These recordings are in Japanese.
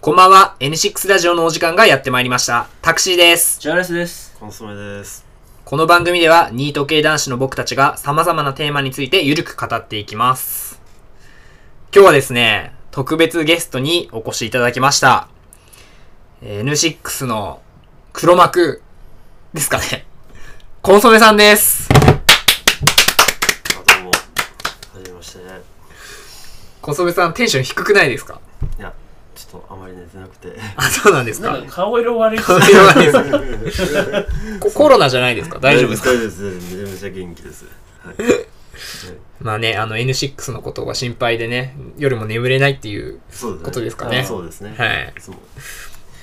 こんばんは、N6 ラジオのお時間がやってまいりました。タクシーです。ジャーレスです。コンソメです。この番組では、ニート系男子の僕たちが様々なテーマについてゆるく語っていきます。今日はですね、特別ゲストにお越しいただきました。えー N6 の黒幕ですかね。コンソメさんです。あ、どうも。はじめましてね。コンソメさんテンション低くないですかいや、ちょっとあまり寝てなくて。あ、そうなんですなかんか顔色悪いっす顔色悪いですこコロナじゃないですか大丈夫ですか大丈夫です。めちゃめちゃ元気です。はい。まあね、あの N6 のことが心配でね、夜も眠れないっていう。そうですね。ことですかねあそうですね。はいいつも。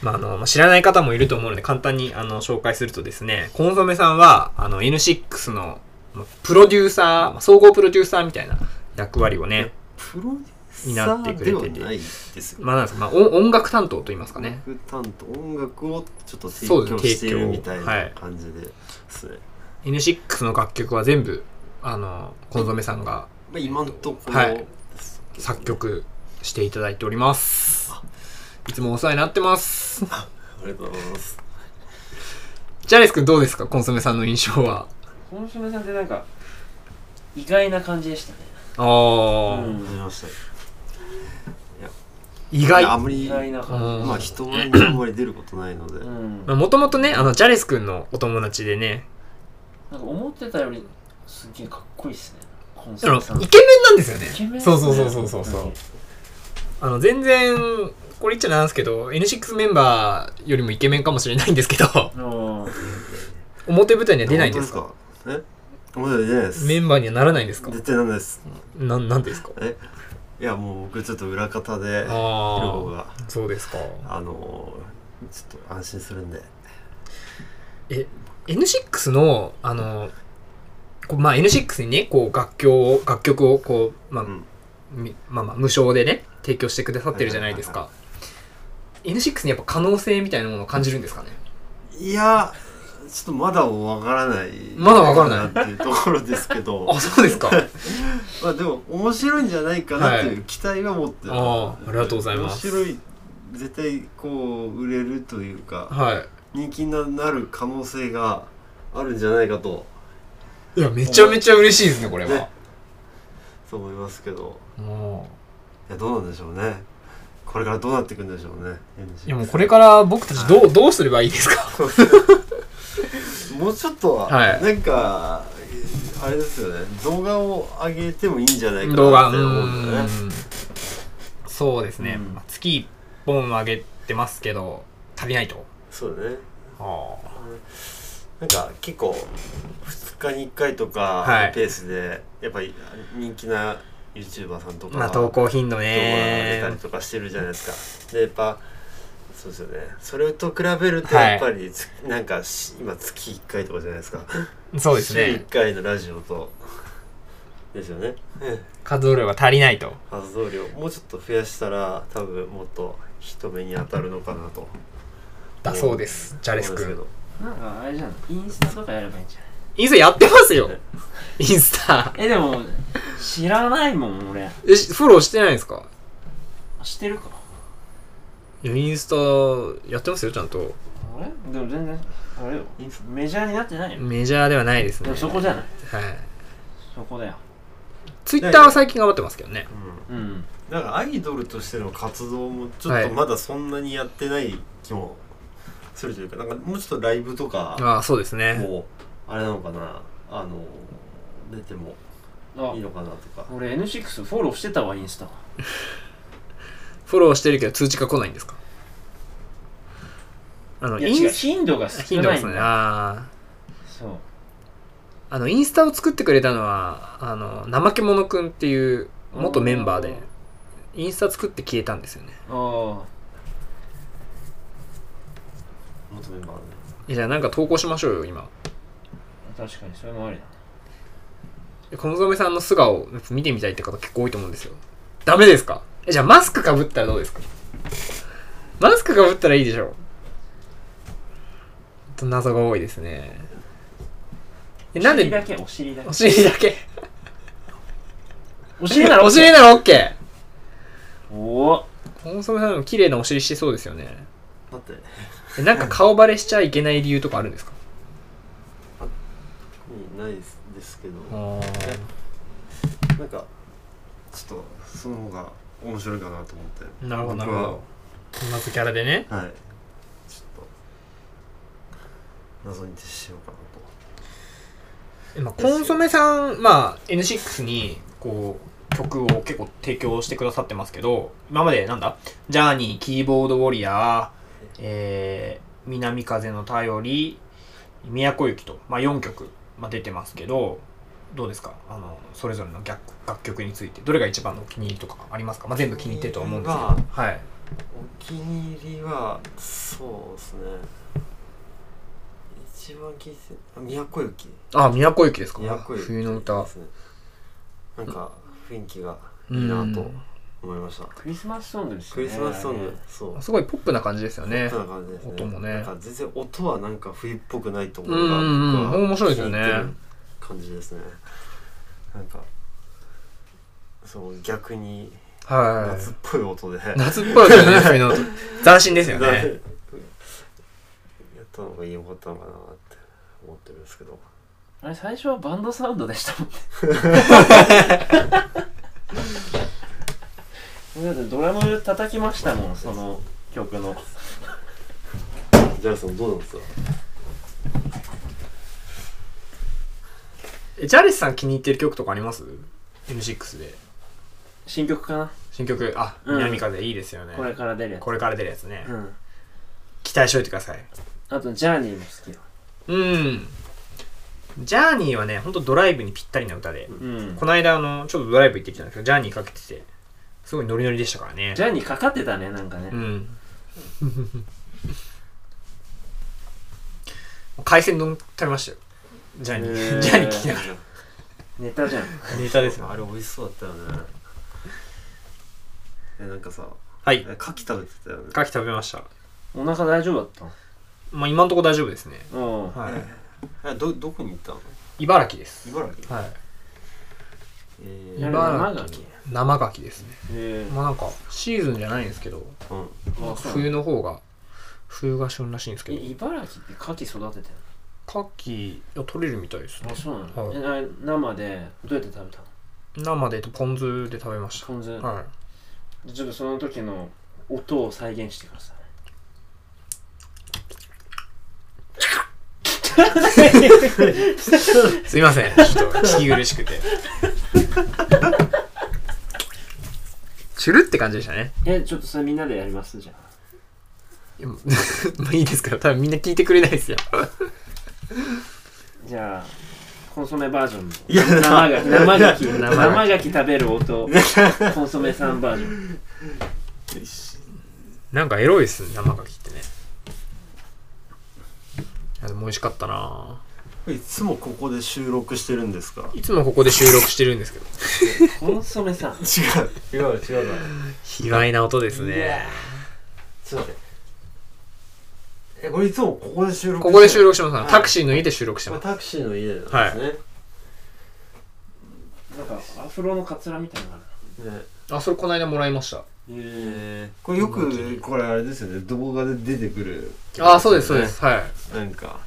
まあ、あの、まあ知らない方もいると思うので、簡単に、あの、紹介するとですね、コンソメさんは、あの、N6 の、まあプロデューサーまあ、総合プロデューサーみたいな役割をね、プロデューサ担ってくれーでてはてないですよ。まあ、なんですか、まあ、お音楽担当と言いますかね。音楽担当、音楽をちょっと提そうです供してい提る供みたいはいな感じですね。 N6 の楽曲は全部、あの、コンソメさんがまあ、今んところ、はい作曲していただいております。いつもお世話になってます。ありがとうございます。ジャレス君どうですかコンソメさんの印象は。コンソメさんってなんか意外な感じでしたね。あうー、はじん、めまして。意い外。やあんまり意、外な感まあ、人前にあんまり出ることないのでじ。う。ん。まなんあ、もともとね、あの、ジャレス君のお友達でね、か思ってたよりすっげえかっこいいっすね。コンあソの、イメケさメん。ンイなんですよね。ケメンっすそねうそうそうそうそうそう本。あの、全然、これ言っちゃなんですけど、N6 メンバーよりもイケメンかもしれないんですけど、 当にうん。表舞台には出ないんですか本当ですかえ表出ないです。メンバーにはならないんですか絶対なんです。なん、なんですかえいやもう僕ちょっと裏方でいる方あがあ、そうですか。あのー、ちょっと安心するんで N6 の、あの、こうまあ、N6 にね、こう、楽曲を、楽曲を、こう、まあ、うんみまあまあ、無償でね、提供してくださってるじゃないですか。N6 にやっぱ可能性みたいなものを感じるんですかねいやちょっとまだわからないまだわからないなっていうところですけど あ、そうですか。まあでも面白いんじゃないかなっていう期待は持ってる、ああありがとうございます面白い絶対こう売れるというかは人気になる可能性があるんじゃないかとい。いや、めちゃめちゃ嬉しいですね、これはね。そう思いますけどもいやどうなんでしょうねこれからどうなっていくんでしょうねういや、もうこれから僕たちどう、どうすればいいですかもうちょっとは、はいなんかあれですよね動画を上げてもいいんじゃないか動な画。っうて思うんだよねーん。そうですね。うんまあ月1本上げてますけど、足りないと。そうだねあなんか結構2日に1回とはかいのペースで、やっぱり人気な YouTuber さんとあかまあ、投動画稿頻度上げねたり。とかしてるじゃないですかでやっぱそうですよねそれと比べるとやっぱりつ、なんかし今月1回とかじゃないですかそうです週ね1。回のラジオとですよね活動量が足りないと。発動量もうちょっと増やしたら多分もっと人目に当たるのかなとだそうです。ジャレス思うん君。なんかあれじゃん。インスタとかやればいいんじゃない。インスタやってますよ。 インスタ。えでも知らないもん俺。え、しフォローしてないんですか知ってるか。いやインスタやってますよ、ちゃんと。あれでも全然あれよ。インスメジャーになってないよ。メジャーではないですでね。もそこじゃない。はい。そこだよ。ツイッターは最近頑張ってますけどね。けどうんうん。なんかアイドルとしての活動もちょはっいとまだそんなにやってない気もするというかなんかもうちょっとライブとかああ、そうですね。もうあれなのかなあの出てもあいいのかなとか俺 N6 フォローしてたわインスタフォローしてるけど通知が来ないんですかあの、いやイン違うス頻度がタ、少頻度なでいすんね。だあそうあ。あの、インスタを作ってくれたのは、あの、怠け者くんっていう元メンバーで、インスタ作って消えたんですよね。あー求めばねいやじゃあなんか投稿しましょうよ、今。確かにそれもありだコンソメさんの素顔をやっぱ見てみたいって方結構多いと思うんですよ。ダメですかえじゃあマスクかぶったらどうですかマスクかぶったらいいでしょう。ほんと謎が多いですね。えななんお尻だで、けお尻だけお尻だけ。お尻ならお尻なら OK! おおコンソメさんでも綺麗なお尻してそうですよね。だって、うん、えなんか顔バレしちゃいけない理由とかあるんですかないですですけど、あなんかちょっとその方が面白いかなと思ってーなるほど、なる僕ほはど。同じキャラでね。はいちょっと謎に徹しようかなとえまあ、コンソメさん、まあ、N6 に、こう、曲を結構提供してくださってますけど、今までなんだジャーニー、キーボードウォリアー、えー、南風の頼り、都行きと、まあ、4曲、まあ、出てますけど、どうですかあの、それぞれの楽楽曲について、どれが一番のお気に入りとかありますかまあ、全部気に入ってるとは思うんですけど。僕はい。お気に入りはそうですね一番聞いてあ都行きあ、都行きですか都行き冬の歌で。すねなんか雰囲気がいいなと思いましたクリスマスソングですよクねリスマスソングそううんすごいポップな感じですよね。そんな感じですね音もねなんか全然音はなんか冬っぽくないと思ううがんうんうん。面白いですよ聞いてねる。感じですねなんかそう逆にはい。夏っぽい音で、夏っぽいです よね、冬の音。斬新ですよだやね。ったのがいい思ったのかなって思ってるんですけどあれ最初はバンドサウンドでしたもんね そうだってドラム叩きましたもんその曲のジャイさんどうなんですかえジャリスさん気に入ってる曲とかあります ?M6 で。新曲かな新曲、あ、うん南風いいですよね。これから出るやつこれから出るやつね。うん期待しといてください。あとジャーニーも好きようん。ジャーニーはね、ほんとドライブにぴったりな歌で。うんこの間、あの、ちょっとドライブ行ってきたんですけど、ジャーニーかけてて、すごいノリノリでしたからねジ。ャーニーかかってたねなんかねうん。海鮮丼食べましたよ。ジャーニへー。ージャーニー聞きながネタじゃんら。ネタですよ。あれ美味しそうだったよねえなんかさはい。え牡蠣食べてたよね牡蠣食べました。お腹大丈夫だったまあ今のところ大丈夫ですね。うんはえどどこに行ったのい。茨城です。茨城はい。えーやる茨生城ガキへ生牡蠣ですね。えまあなんかシーズンじゃないんですけど、うんあそう冬の方が冬が旬らしいんですけえど、茨城って牡蠣育ててる牡蠣を取れるみたいですのねあ。そはうなのいえな生でどうやって食べたの生でえっとポン酢で食べましポン酢た。はい。 ちょっとその時の音を再現してください。すいません。ちょっと聞き苦しくて。チュルって感じでしたね。え、ちょっとそれみんなでやりますじゃあ。いやも うまあいいですけど、多分みんな聞いてくれないですよ。じゃあ、コンソメバージョンも。いや生ガキ、生ガキ、生ガキ生ガキ食べる音、コンソメさんバージョン。なんかエロいっすね、生牡蠣ってね。いやでも美味しかったないつもここで収録してるんですかいつもここで収録してるんですけど。コンソメさん。違う違う違うな卑猥な音ですいやね。ちょっと待ってえこれいつもここで収録ここで収録録してます。タクシーの家で収録してます。タクシーの家なんですね、なんかアフロのカツラみたいなのあねあ、それこの間もらいました。えー、これよくこれあれですよね動画で出てくるあ、そうです、そうです。はなんか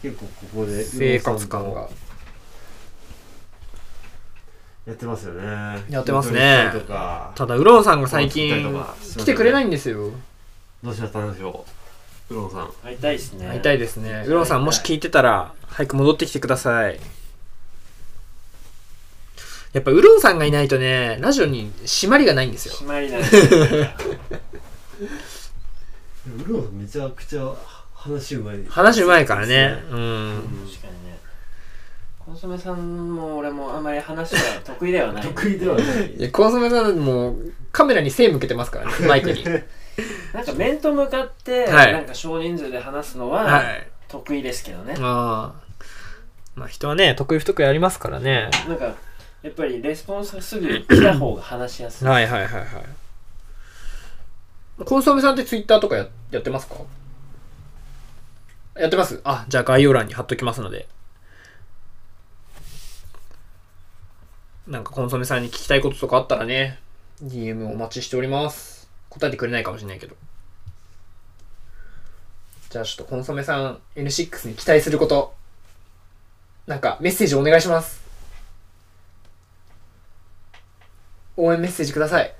結構ここでい。生活感が。やってますよねやってますね筋トレしたりとかただ、ウロンさんが最近来てくれないいんですよ。どうしちゃったんでしょうウロンさんる。会いたいですね。会いたいですね。ウロンさん、もし聞いてたら、早く戻ってきてください。やっぱ、ウロンさんがいないとね、ラジオに締まりがないんですよ。決まりない。ウロンさんめちゃくちゃ話うまい話うまいからね。う。うんん確かにね。コンソメさんも俺もあんまり話は得意ではない。得意ではないいや、コンソメさんもうカメラに背向けてますからね、マイクに。なんか面と向かって、はいなんか少人数で話すの は。はい得意ですけどね。ああ。まあ人はね、得意不得意ありますからね。なんかやっぱりレスポンスがすぐ来た方が話しやすい。はいはいはいはい。コンソメさんってツイッターとかややってますかやってますあ、じゃあ概要欄に貼っときますので。なんかコンソメさんに聞きたいこととかあったらね、DM お待ちしております。こ答えてくれないかもしれないけど。じゃあちょっとコンソメさん N6 に期待すること、なんかメッセージお願いします。応援メッセージください。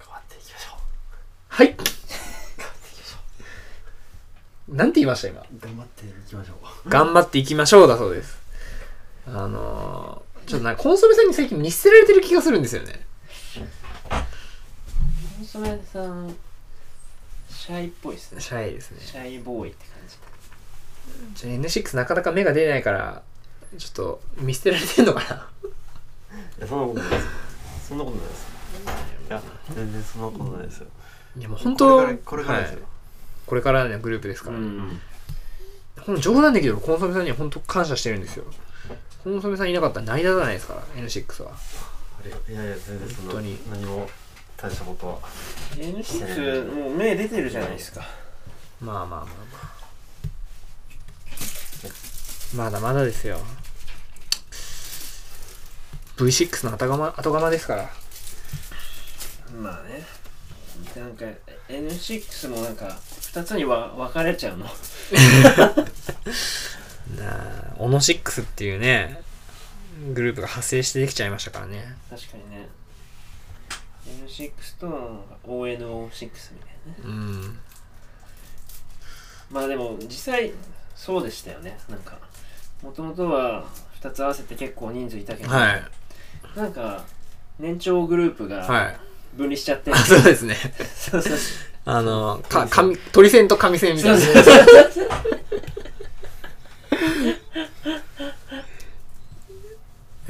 変わっていきましょはい。うなんて言いました今。頑張っていきましょう頑張っていきましょ頑張っていきましょうだそうです。あのー、ちょっとなんかコンソメさんに最近見捨てられてる気がするんですよね。娘さんシャイっぽいですねシャイですね。シャイボーイって感じじゃあ N6 なかなか目が出ないから、ちょっと見捨てられてんのかな。ういやそんなことないですそんなことないですいや全然そんなことないですよいやもう本当これからこれからですよ、はいこれからのグループですから、んこの冗談だけどコンソメさんには本当感謝してるんですよコンソメさんいなかったら成り立たないですから N6 はあれいやいや全然そんな本当に何も大したことは N6 もう目出てるじゃないですかまあまあまあまあまだまだですよ V6 の後釜後釜ですからまあねなんか N6 もなんか2つにわ分かれちゃうのなあオノ6っていうねグループが発生してできちゃいましたからね確かにね N6 と ONO6 みたいうなねんまあでも実際そうでしたよねなんかもともとは2つ合わせて結構人数いたけど、はいなんか年長グループがはい 分離しちゃって、あそうですね そうそうあのか紙鳥線と紙線みたいなそうそう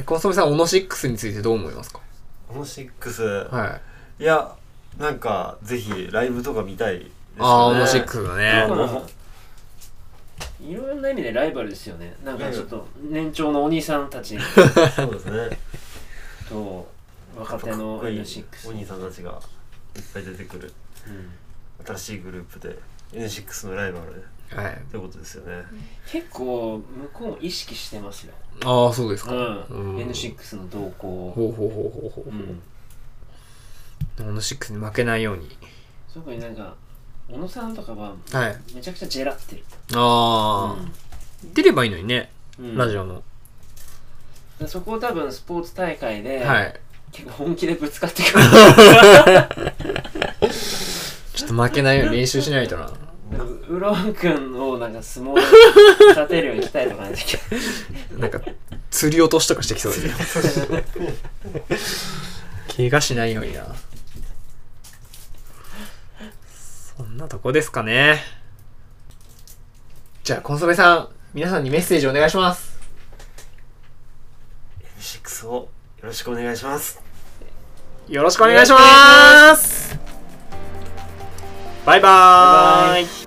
コンソメさんオノ6についてどう思いますかこの6、はいいやなんかぜひライブとか見たいですああ、ねオノシッいクスだなんね。かもういろんな意味でライバルですよねなんかちょっと年長のお兄さんたちそうですねと若手かっのこいい N6 お兄さんたちがいっぱい出てくるうん新しいグループで N6 のライバルはい。ということですよね結構向こうも意識してますよ、ああ、そうですうか。んうん N6 の動向を、ほうほうほうほうほうん、う。オノシックスに負けないように。特になんか小野さんとかははい。めちゃくちゃジェラってる、ああ、出ればいいのにね、うんラジオの。でそこを多分スポーツ大会で、はい。結構本気でぶつかってく るちょっと負けないように練習しないとな。ウロン君をなんか相撲で勝てるように鍛えとかないといけないなんか、釣り落としとかしてきそう ですね。怪我しないようにな。そんなとこですかね。じゃあ、コンソメさん、皆さんにメッセージお願いします。 N6 をよろしくお願いしますよろしくお願いしますバイバーイバイバイ